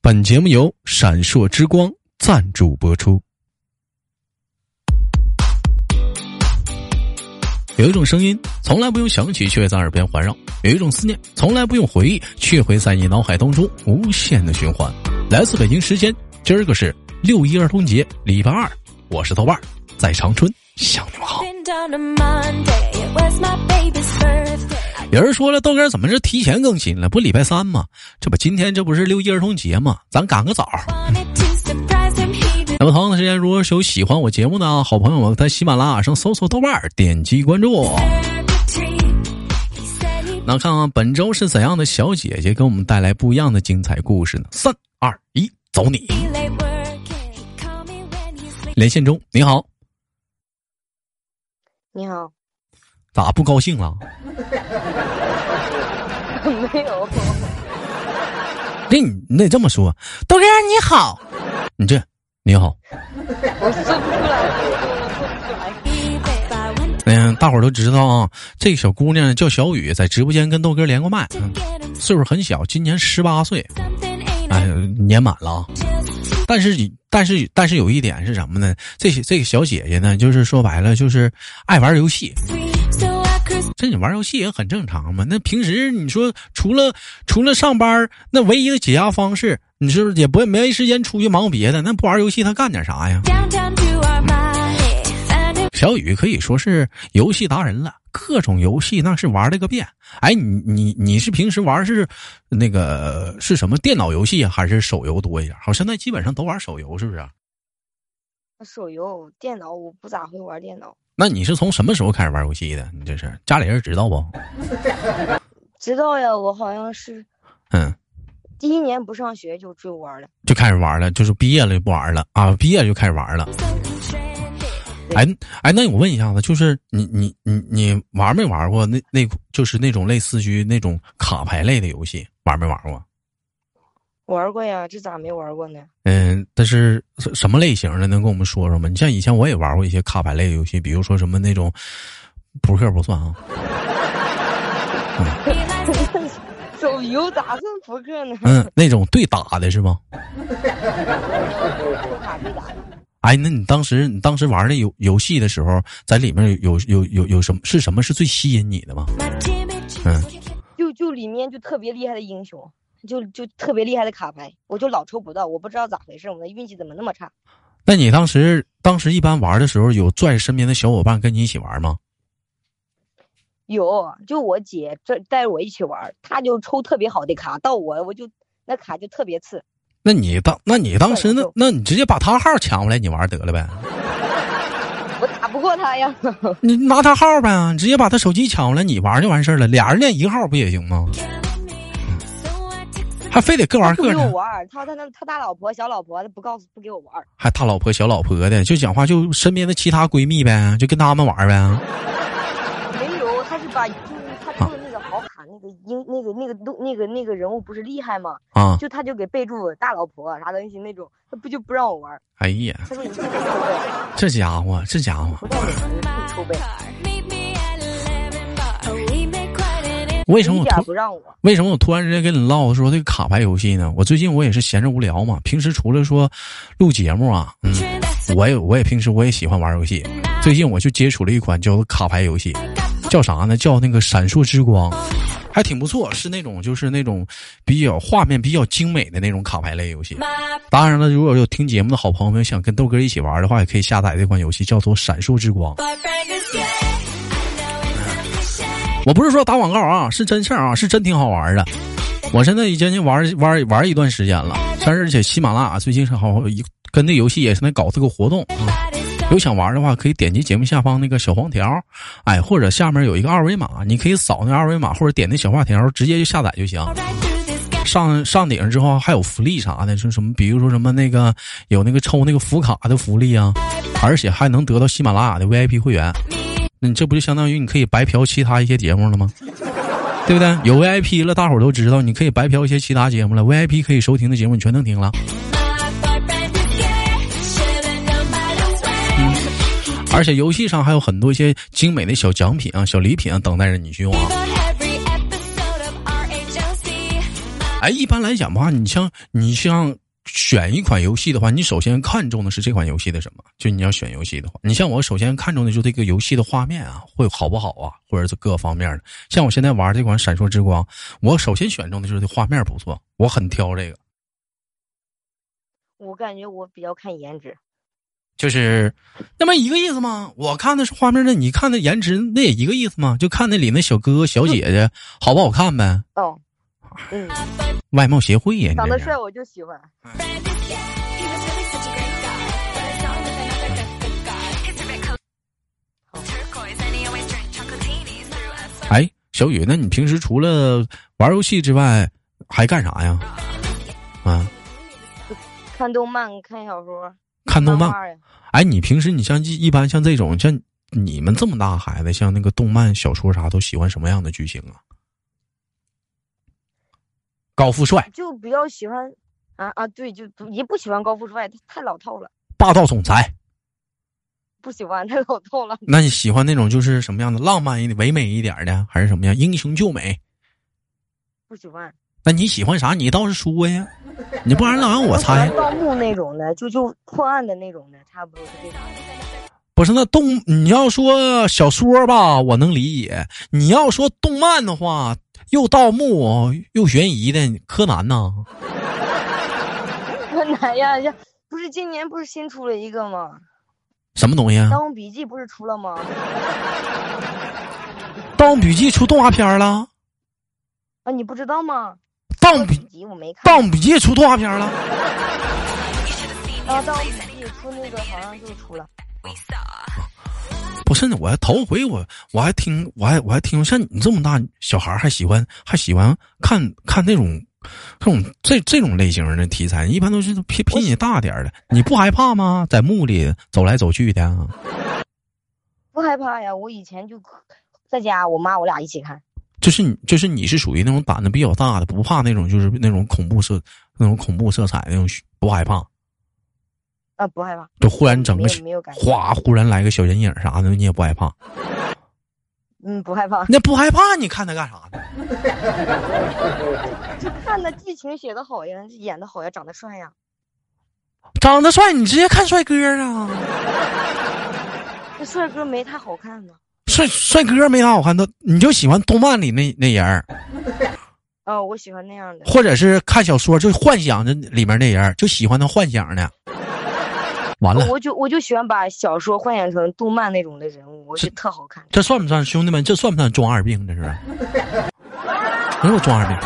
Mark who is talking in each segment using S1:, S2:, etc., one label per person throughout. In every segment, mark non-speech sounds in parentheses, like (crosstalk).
S1: 本节目由闪烁之光赞助播出。有一种声音从来不用想起，却在耳边环绕；有一种思念从来不用回忆，却会在你脑海当中无限的循环。来自北京时间，今儿个是六一儿童节，礼拜二，我是豆瓣儿，在长春向你们好。
S2: Been down to Monday. It was my baby's birthday.
S1: 有人说了，豆哥怎么是提前更新了？不礼拜三吗？这不今天这不是六一儿童节吗？咱赶个早儿。
S2: Wanted to surprise him. He did.
S1: 那么同样的时间，如果有喜欢我节目的好朋友们，在喜马拉雅上搜索豆瓣儿，点击关注。
S2: Served a treat. He said he
S1: 那看看本周是怎样的小姐姐给我们带来不一样的精彩故事呢？三二一，走你！
S2: be late working. He called me when he's sleeping.
S1: 连线中，你好，
S3: 你好，
S1: 咋不高兴了？
S3: (laughs) 没有，
S1: 这你哎你得这么说，豆哥你好，你这你好，
S3: 我说不出来，我说不出来。
S2: Be there. I went
S1: 嗯、大伙儿都知道啊，这小姑娘叫小雨，在直播间跟豆哥连过麦，
S2: to
S1: 嗯
S2: get him
S1: 岁数很小，今年十八岁，
S2: something. Ain't
S1: 哎
S2: it，
S1: 年满了啊。
S2: just too
S1: 但是，但是，但是有一点是什么呢？这些这个小姐姐呢，就是说白了，就是爱玩游戏。
S2: sweet? So I cursed
S1: 这你玩游戏也很正常嘛。那平时你说除了除了上班儿，那唯一的解压方式，你是不是也不没时间出去忙别的？那不玩游戏，他干点啥呀？
S2: downtown to Armani. Found him
S1: 小雨可以说是游戏达人了，各种游戏那是玩了个遍。哎，你你你是平时玩是那个是什么电脑游戏啊还是手游多一点？好像那基本上都玩手游，是不啊是？
S3: 手游、电脑我不咋会玩电脑，
S1: 那你是从什么时候开始玩游戏的？你这是家里人知道不？
S3: 知道呀，我好像是
S1: 嗯，
S3: 第一年不上学就追玩了。
S1: 就开始玩了，就是毕业了就不玩了啊，毕业就开始玩了。
S2: something trendy.
S1: 哎哎，那我问一下子，就是你你你你玩没玩过那那就是那种类似于那种卡牌类的游戏，玩没玩过？
S3: 玩过呀，这咋没玩过呢？ (laughs)
S1: 嗯，但是什什么类型的能跟我们说说吗？你像以前我也玩过一些卡牌类的游戏，比如说什么那种扑克不算啊，
S2: He likes to
S3: 手游咋算扑克呢？ (laughs)
S1: 嗯，那种对打的是吧？
S3: 我咋没打？
S1: 哎，那你当时你当时玩那游游戏的时候，在里面有有有有有什么是什么是最吸引你的吗？
S2: my Jimmy
S1: Huh.
S2: Choo.
S3: 就就里面就特别厉害的英雄，就就特别厉害的卡牌，我就老抽不到，我不知道咋回事，我的运气怎么那么差？
S1: 那你当时当时一般玩的时候，有拽身边的小伙伴跟你一起玩吗？
S3: 有，就我姐这带着我一起玩，她就抽特别好的卡，到我我就那卡就特别次。
S1: 那你当那你当时那
S3: 对就
S1: 那你直接把他号抢过来，你玩得了呗？
S3: 我打不过他呀，
S1: 你拿他号呗，你直接把他手机抢过来，你玩就完事儿了。俩人练一个号不也行吗？
S2: Killing me. So I took some
S1: 还非得各玩
S3: 不
S1: 各
S3: 给我
S1: 的，
S3: 玩儿，他他那他大老婆小老婆，他不告诉不给我玩儿，
S1: 还大老婆小老婆的，就讲话就身边的其他闺蜜呗，就跟他们玩呗。
S3: 没有，他是把就是他抽的那个好卡，那个英那个那个东那个那个人物不是厉害吗？
S1: 啊，
S3: 就他就给备注大老婆啥东西那种，他不就不让我玩儿，
S1: 哎呀，
S3: 他说你不抽呗，
S1: 这家伙，这家伙。
S3: 不让你抽
S2: in
S3: 不
S2: my
S3: 抽呗，
S2: car. Meet me at 11 bar. Oh, we made quite an
S1: 为什么
S3: 一
S1: 我
S3: 点儿
S1: 突
S3: 不让我。
S1: 为什么我突然之间跟你唠说这个卡牌游戏呢？我最近我也是闲着无聊嘛，平时除了说录节目啊，嗯，
S2: entrance. That's
S1: 我也我也平时我也喜欢玩游戏。最近我就接触了一款叫做卡牌游戏，叫啥呢？叫那个《闪烁之光》，还挺不错，是那种就是那种比较画面比较精美的那种卡牌类游戏。
S2: my
S1: 当然了，如果有听节目的好朋友们想跟豆哥一起玩的话，也可以下载这款游戏，叫做《闪烁之光》。
S2: boyfriend is gay. I know it's not cliche.
S1: 我不是说打广告啊，是真事儿啊，是真挺好玩的。我现在已经玩玩玩一段时间了，但是而且喜马拉雅最近是好跟这游戏也是在搞这个活动啊。
S2: But it's so
S1: 有想玩的话，可以点击节目下方那个小黄条，哎，或者下面有一个二维码，你可以扫那二维码，或者点那小画条，直接就下载就行。
S2: right through the sky.
S1: 上上顶之后还有福利啥的，是什么？比如说什么那个有那个抽那个福卡的福利啊，而且还能得到喜马拉雅的 VIP 会员，那你这不就相当于你可以白嫖其他一些节目了吗？对不对？有 VIP 了，大伙儿都知道，你可以白嫖一些其他节目了。VIP 可以收听的节目，你全能听了。
S2: My boyfriend is gay. Should've known by the way.
S1: 而且游戏上还有很多一些精美的小奖品啊、小礼品啊，等待着你去用啊。
S2: For every episode of RHLC. My
S1: 哎，一般来讲的话，你像你像选一款游戏的话，你首先看重的是这款游戏的什么？就你要选游戏的话，你像我首先看重的就是这个游戏的画面啊，会好不好啊，或者是各方面的。像我现在玩这款《闪烁之光》，我首先选中的就是这画面不错，我很挑这个。
S3: 我感觉我比较看颜值，
S1: 就是那么一个意思吗？我看的是画面，那你看的颜值，那也一个意思吗？就看那里那小哥哥小姐姐好不好看呗，
S3: 哦，嗯，
S1: 外貌协会呀、你
S3: 长得
S1: 这
S3: 帅
S1: 人
S3: 我就喜欢。
S2: He was really such a great guy. But it's on with another good, good guy. His favorite color turquoise, and he always drank chocolatinis through a summer
S1: 哎，小雨，那你平时除了玩游戏之外，还干啥呀？啊，
S3: 看动漫、看小说、
S1: 看动漫。
S3: 漫画呀，
S1: 哎，你平时你像一一般像这种像你们这么大孩子，像那个动漫、小说啥，都喜欢什么样的剧情啊？高富帅、
S3: 就比较喜欢啊啊，对，就不也不喜欢高富帅，他太老套了，
S1: 霸道总裁，
S3: 不喜欢太老套了。
S1: 那你喜欢那种就是什么样的浪漫一点、唯美一点的，还是什么样英雄救美？
S3: 不喜欢，
S1: 那你喜欢啥？你倒是说呀，你不然老让我
S3: 喜欢
S1: 猜。
S3: 盗墓那种的，就就破案的那种的，差不多是这种。 (laughs)
S1: 不是那动，你要说小说吧，我能理解；你要说动漫的话，又盗墓又悬疑的，柯南呐、
S3: 柯南呀呀，不是今年不是新出了一个吗？
S1: 什么东西啊？
S3: 《盗墓笔记》不是出了吗？
S1: 《盗墓笔记》出动画片了，
S3: 啊，你不知道吗？
S1: 《盗墓
S3: 盗
S1: 笔
S3: 笔记我没看。
S1: 盗墓笔记》出动画片了。
S3: 啊，《盗墓笔记》出那个好像就出了。
S1: 不是呢，我还头回我我还听我还我还听像你这么大小孩儿还喜欢还喜欢看看那种这种这这种类型的题材，一般都是偏偏你大点儿的，你不害怕吗？在墓里走来走去的、
S3: 不害怕呀，我以前就可在家，我妈我俩一起看。
S1: 就是你，就是你是属于那种胆子比较大的，不怕那种就是那种恐怖色、那种恐怖色彩那种，不害怕。
S3: 啊，不害怕，
S1: 就忽然整个
S3: 没有没有感觉。啊
S1: 哗，忽然来个小人影啥的，你也不害怕。
S3: 嗯，不害怕， (laughs)
S1: 那不害怕，你看他干啥呢？
S3: 就看那剧情写的好呀，演的好呀，长得帅呀。
S1: 长得帅，你直接看帅哥啊！
S3: 这帅哥没他好看呢。
S1: 帅帅哥没啥好看的，你就喜欢动漫里那那人儿，
S3: 啊，我喜欢那样的。
S1: 或者是看小说就幻想着里面那人儿，就喜欢那幻想的。完了，
S3: 我就我就喜欢把小说幻想成动漫那种的人物，我
S1: 这
S3: 就特好看。
S1: 这算不算兄弟们？这算不算装二病？这是？哎呦我装二病！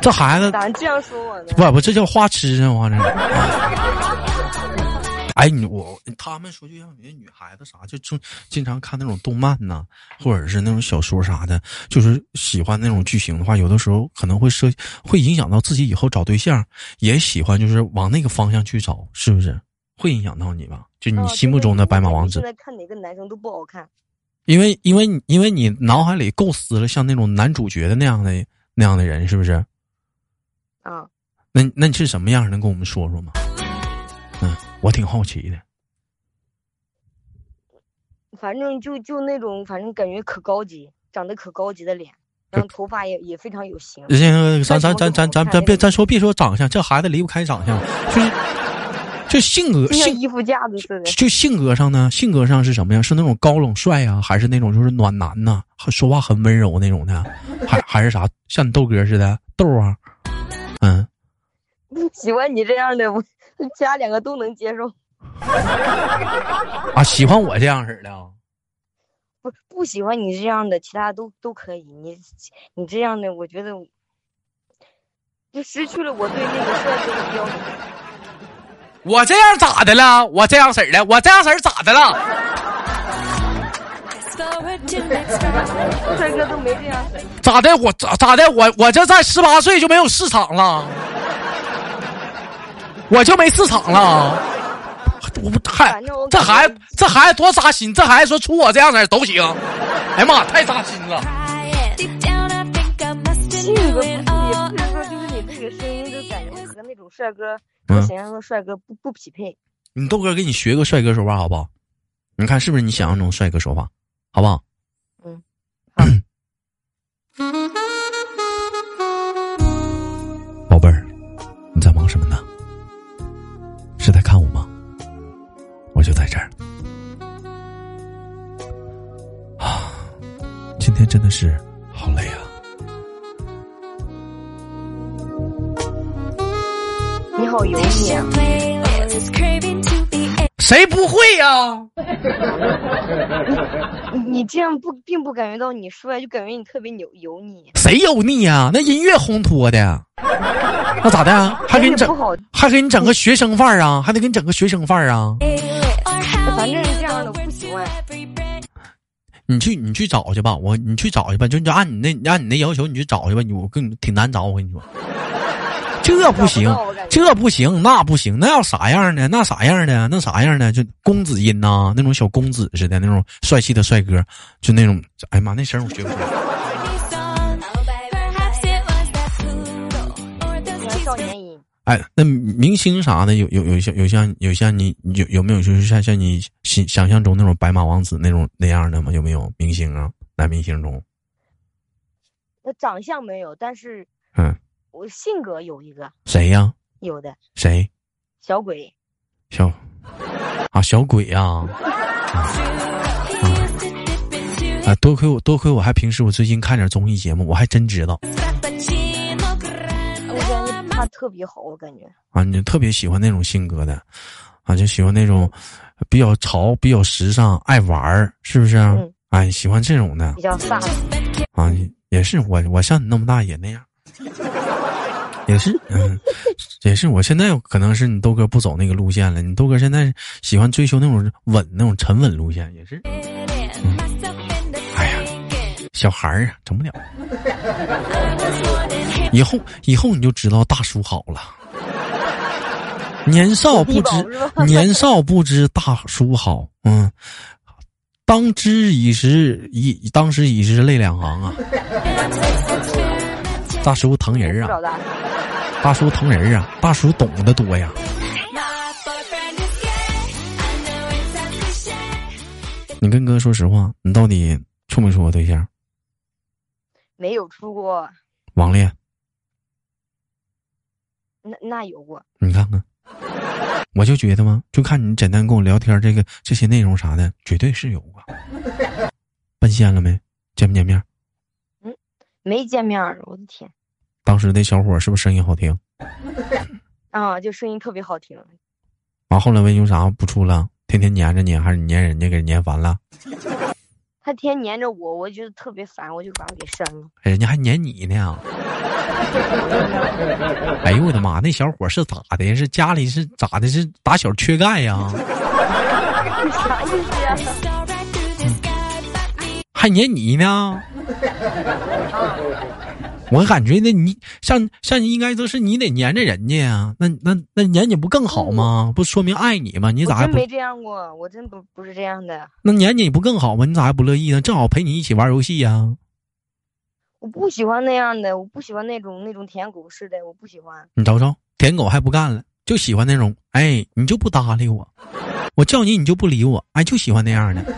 S1: 这孩子
S3: 咋这样说我呢？
S1: 不不，这叫花痴啊！我这。 (laughs) 哎，你我他们说，就像人家女孩子啥，就就经常看那种动漫呐、或者是那种小说啥的，就是喜欢那种剧情的话，有的时候可能会涉会影响到自己以后找对象，也喜欢就是往那个方向去找，是不是？会影响到你吧？就你
S3: 啊
S1: 心目
S3: 真
S1: 中的
S3: 因为
S1: 白马
S3: 感觉
S1: 王子
S3: 现。在看哪个男生都不好看。
S1: 因为因为你因为你脑海里构思了像那种男主角的那样的那样的人，是不是？
S3: 啊，
S1: 那那你是什么样儿？能跟我们说说吗？嗯，我挺好奇的。
S3: 反正就就那种，反正感觉可高级，长得可高级的脸，然后头发也也非常有型。
S1: 人家咱
S3: 那
S1: 咱
S3: 你们
S1: 咱
S3: 怎
S1: 咱
S3: 么
S1: 咱
S3: 看
S1: 咱
S3: 这
S1: 别
S3: 个
S1: 咱说别说长相，这孩子离不开长相，就是就性格
S3: 就像 (laughs)
S1: 性
S3: 衣服架子似的，
S1: 就性格上呢，性格上是什么样？是那种高冷帅呀、还是那种就是暖男呐、还说话很温柔那种的，还还是啥？像你豆哥似的豆啊，嗯，
S3: 喜欢你这样的，我其他两个都能接受，
S1: 啊，喜欢我这样式的啊。
S3: 不不喜欢你这样的，其他都都可以。你你这样的，我觉得我就失去了我对那个帅哥的标准。
S1: 我这样咋的了？我这样式儿的，我这样式儿咋的了？
S2: Fast forward to next round.
S3: 帅哥都没这样的，
S1: 咋的？我咋咋的？我我这在十八岁就没有市场了，我就没市场了。我不还
S3: 反正我
S1: 这
S3: 感觉
S1: 孩子这孩子多扎心，这孩子说出我这样式儿都行。哎呀妈，太扎心了！
S2: Try it. Deep down, I think I must
S3: 性格
S2: do
S3: 不
S2: it
S3: 是你，
S2: all.
S3: 帅哥就是你这个声音，就感觉和那种帅哥，
S1: 嗯
S3: 和想象中的帅哥不不匹配。
S1: 你豆哥给你学个帅哥手法好不好？你看是不是你想象中帅哥手法，好不好？
S3: 好
S1: (clears throat)
S2: Thank you.
S1: 忙什么呢？是在看我吗？我就在这儿。啊，今天真的是好累啊。
S3: 你好油腻啊！
S1: 谁不会啊呀、
S3: 你你这样不并不感觉到你帅，就感觉你特别油油腻，
S1: 谁油腻呀、那音乐烘托 (laughs) 的，那咋的？啊还给你
S3: 而且
S1: 整
S3: 不，好。
S1: 还给你整个学生范儿啊？还得给你整个学生范儿啊？
S3: 反正这样的我不喜欢。
S1: 你去，你去找去吧，我你去找去吧，就你就按你那你按你那要求你去找去吧，你我跟你挺难找，我跟你说，这不行
S3: 找不到我感，觉
S1: 这不行，那不行，那要啥样的，那啥样的，那啥样的，就公子音呐、那种小公子似的那种帅气的帅哥，就那种，哎呀妈，那声儿我学不出来。
S3: 喜欢少年音，
S1: 哎，那明星啥的，有有有像有像有像你你有有没有就是像像你想想象中那种白马王子那种那样的吗？有没有明星啊？男明星中，
S3: 那长相没有，但是
S1: 嗯，
S3: 我性格有一个
S1: 谁呀？
S3: 有的
S1: 谁？
S3: 小鬼，
S1: 小啊，小鬼呀、啊！啊，多亏我多亏我还平时我最近看点综艺节目，我还真知道
S3: 我感觉他特别好，我感觉
S1: 啊，你特别喜欢那种性格的啊，就喜欢那种比较潮、比较时尚、爱玩儿，是不是啊？
S3: 嗯
S1: 哎，喜欢这种的。
S3: 比较飒。
S1: 啊，也是我，我像你那么大也那样，也是，嗯，也是。我现在可能是你豆哥不走那个路线了，你豆哥现在喜欢追求那种稳、那种沉稳路线，也是小孩儿啊，整不了。以后以后你就知道大叔好了。年少不
S3: 我低保是
S1: 知
S3: 吧
S1: (laughs) 年少不知大叔好，嗯，当知已是已当时已是泪两行啊。大叔疼人
S3: 不
S1: 啊
S3: 找，大叔，
S1: 大叔疼人啊，大叔懂得多呀。你跟哥说实话，你到底处没处过对象？
S3: 没有出过，
S1: 网恋，
S3: 那那有过，
S1: 你看看，我就觉得嘛，就看你简单跟我聊天这个这些内容啥的，绝对是有过。奔现了没？见没见面？
S3: 没见面儿，我的天
S1: 当时那小伙儿是不是声音好听？
S3: 啊，就声音特别好听，
S1: 完后来为因啥不处了？天天粘着你，还是你粘人家给人粘烦了？
S3: 他天天粘着我，我觉得特别烦，我就把他给删 (laughs) 了。
S1: 哎人家还撵你呢。哎呦我的妈！那小伙是咋的呀？是家里是咋的？是打小缺钙呀、
S3: 啥 (laughs) 意思哎呀？
S1: 还撵你呢？我感觉那你像像应该都是你得撵着人家呀、那那那撵你不更好吗？不说明爱你吗？你
S3: 嗯我
S1: 咋还
S3: 真
S1: 不
S3: 没这样过，我真不不是这样的，
S1: 那撵你不更好吗？你咋还不乐意呢？正好陪你一起玩游戏呀、
S3: 我不喜欢那样的，我不喜欢那种那种舔狗似的，我不喜欢。
S1: 你瞅瞅，舔狗还不干了，就喜欢那种，哎，你就不搭理我，我叫你你就不理我，哎，就喜欢那样的，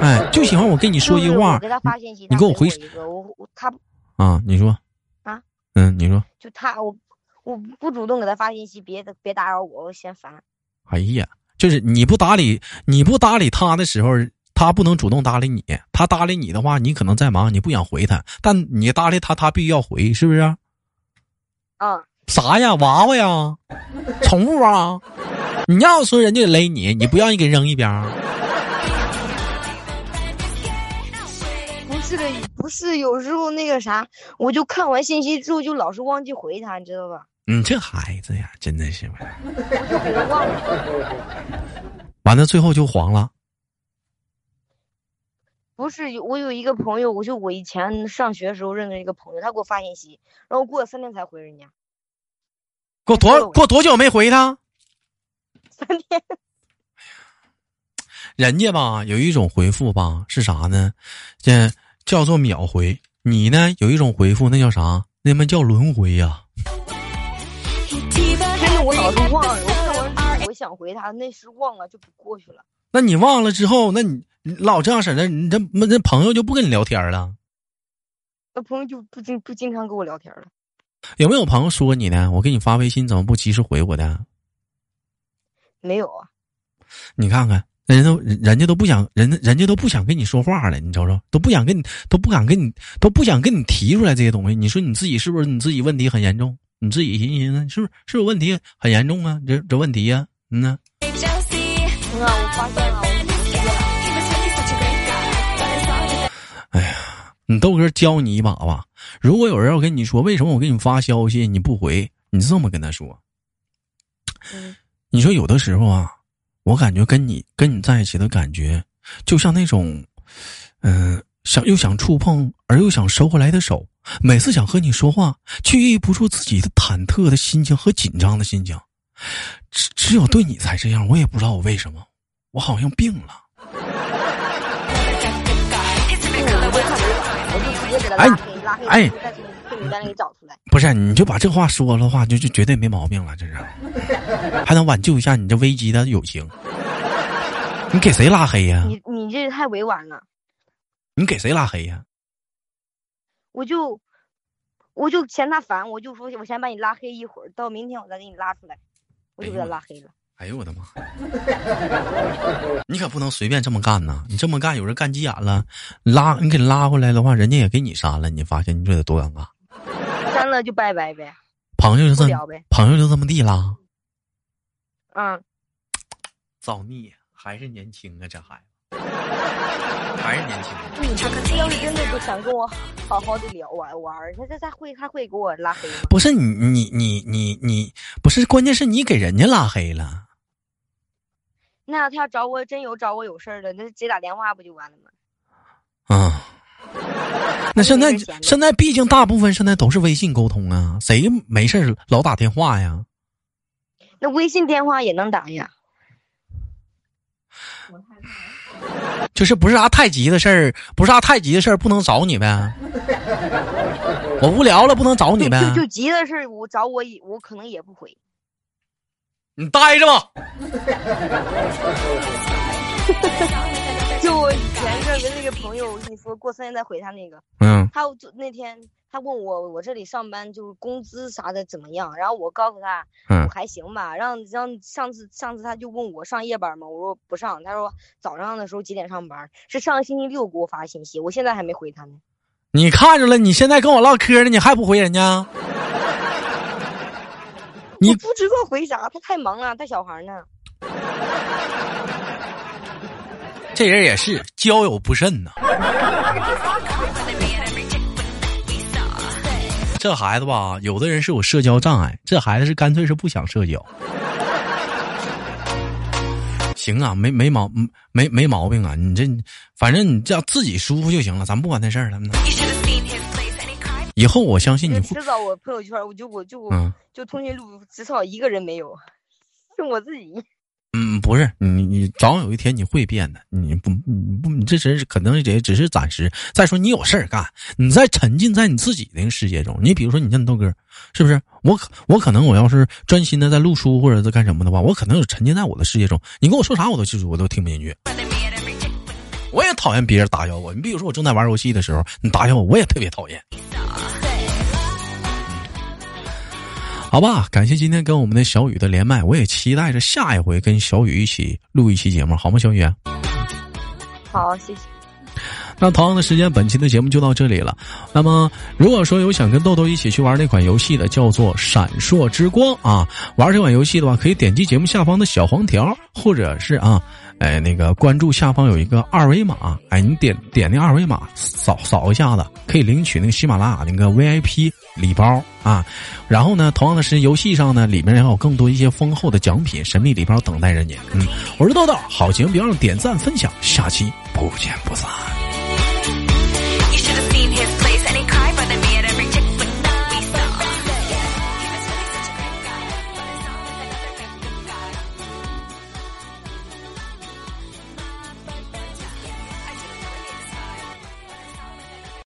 S1: 哎，就喜欢我跟你说一句
S3: 就是
S1: 话
S3: 我给他发信息，
S1: 你
S3: 他
S1: 给我
S3: 回
S1: 回
S3: 一个，我我他
S1: 啊，你说
S3: 啊，
S1: 嗯，你说，
S3: 就他我我不主动给他发信息，别的别打扰我，我嫌烦。
S1: 哎呀，就是你不搭理你不搭理他的时候，他不能主动搭理你，他搭理你的话，你可能在忙，你不想回他，但你搭理他，他必须要回，是不是啊？
S3: 啊，
S1: 啥呀？娃娃呀？宠物啊？你要说人家勒你，你不让人给扔一边儿。
S3: 不是的，不是，有时候那个啥，我就看完信息之后就老是忘记回他，你知道吧？
S1: 你嗯这孩子呀，真的是，
S3: 就给他忘了，
S1: 完了最后就黄了。
S3: 不是，有我有一个朋友，我就我以前上学的时候认识一个朋友，他给我发信息，然后过了三天才回人家，
S1: 过多过多久没回他？
S3: 三天
S1: 人家吧有一种回复吧是啥呢？这叫做秒回。你呢有一种回复那叫啥？那么叫轮回呀、
S3: 真的我老是忘了，我看完之后我想回他，那是忘了就不过去了。
S1: 那你忘了之后，那你你老这样式儿的，你这那这朋友就不跟你聊天了。
S3: 那朋友就不经不经常跟我聊天了，
S1: 有没有朋友说你呢？我给你发微信，怎么不及时回我的？
S3: 没有啊，
S1: 你看看，人都人家都不想，人人家都不想跟你说话了，你瞅瞅，都不想跟你，都不敢跟你，都不想跟你提出来这些东西。你说你自己是不是你自己问题很严重？你自己寻思寻思，是不是是不是问题很严重啊？这这问题呀、嗯呐、
S3: 嗯啊，我发现了，
S1: 你豆哥教你一把吧。如果有人要跟你说为什么我给你发消息你不回，你这么跟他说，
S3: 嗯
S1: 你说有的时候啊，我感觉跟你跟你在一起的感觉，就像那种，嗯、想又想触碰而又想收回来的手，每次想和你说话，却抑不住自己的忐忑的心情和紧张的心情，只只有对你才这样，我也不知道我为什么，我好像病了。
S3: 我就直接给他
S1: 哎
S3: 拉黑，拉黑，
S1: 哎
S3: 再从从名单里找出来。
S1: 不是，你就把这话说了话，就就绝对没毛病了，这是，还能挽救一下你这危机的友情。你给谁拉黑呀、
S3: 你你这太委婉了，
S1: 你给谁拉黑呀、
S3: 我就我就嫌他烦，我就说我先把你拉黑一会儿，到明天我再给你拉出来，我就给他拉黑了。
S1: 哎呦我的妈！你可不能随便这么干呐！你这么干，有人干急眼了，拉你给拉回来的话，人家也给你删了。你发现你这得多尴尬？
S3: 删了就拜拜呗，
S1: 朋友就
S3: 不
S1: 这
S3: 聊呗。
S1: 朋友就这么地啦，
S3: 嗯，
S1: 造孽！还是年轻啊，这孩子还是年轻。
S3: 嗯他要是真的不想跟我好好的聊玩玩儿，他这他会他会给我拉黑吗？
S1: 不是你你你你你，不是关键是你给人家拉黑了。
S3: 那他要找我真有找我有事儿的，那直接打电话不就完了吗？
S1: 啊。那现在
S3: 没人闲着
S1: 现在毕竟大部分现在都是微信沟通啊，谁没事儿老打电话呀？
S3: 那微信电话也能打呀。
S1: 就是不是啥太急的事儿，不是啥太急的事儿，不能找你呗。我无聊了，不能找你呗。
S3: 就就急的事儿，我找我也我可能也不回。
S1: 你待着吧。
S3: 就我以前这儿跟那个朋友，我跟你说过生日再回他那个，
S1: 嗯
S3: 他就那天他问我我这里上班就是工资啥的怎么样，然后我告诉他我
S1: 嗯
S3: 还行吧，让让上次上次他就问我上夜班吗？我说不上，他说早上的时候几点上班？是上个星期六给我发信息，我现在还没回他呢。
S1: 你看着了，你现在跟我唠嗑呢，你还不回人家？你
S3: 我不知道回啥，他太忙了，带小孩呢。
S1: 这人也是交友不慎呐、这孩子吧，有的人是有社交障碍，这孩子是干脆是不想社交。行啊，没没毛没没毛病啊！你这反正你这样自己舒服就行了，咱不管那事儿了。以后我相哎信你
S3: 这
S1: 会，
S3: 迟早我朋友圈我就我就我
S1: 嗯
S3: 就通讯录至少一个人没有， (laughs) 是我自己。
S1: 嗯，不是你你早晚有一天你会变的，你不你不你这真是可能也只是暂时。再说你有事儿干，你再沉浸在你自己的世界中。你比如说你像你豆哥，是不是？我可我可能我要是专心的在录书或者在干什么的话，我可能有沉浸在我的世界中。你跟我说啥我都记住，我都听不进去。我也讨厌别人打搅我。你比如说我正在玩游戏的时候，你打搅我，我也特别讨厌。好吧，感谢今天跟我们的小雨的连麦，我也期待着下一回跟小雨一起录一期节目，好吗？小雨、啊
S3: 好，谢谢。
S1: 那同样的时间，本期的节目就到这里了。那么，如果说有想跟豆豆一起去玩那款游戏的，叫做《闪烁之光》啊，玩这款游戏的话，可以点击节目下方的小黄条，或者是啊，哎，那个关注下方有一个二维码，哎，你点点那二维码扫扫一下子，可以领取那个喜马拉雅那个 VIP 礼包啊。然后呢，同样的时间，游戏上呢，里面还有更多一些丰厚的奖品、神秘礼包等待着你。嗯，我是豆豆，好节目别忘了点赞分享，下期不见不散。
S2: Oh,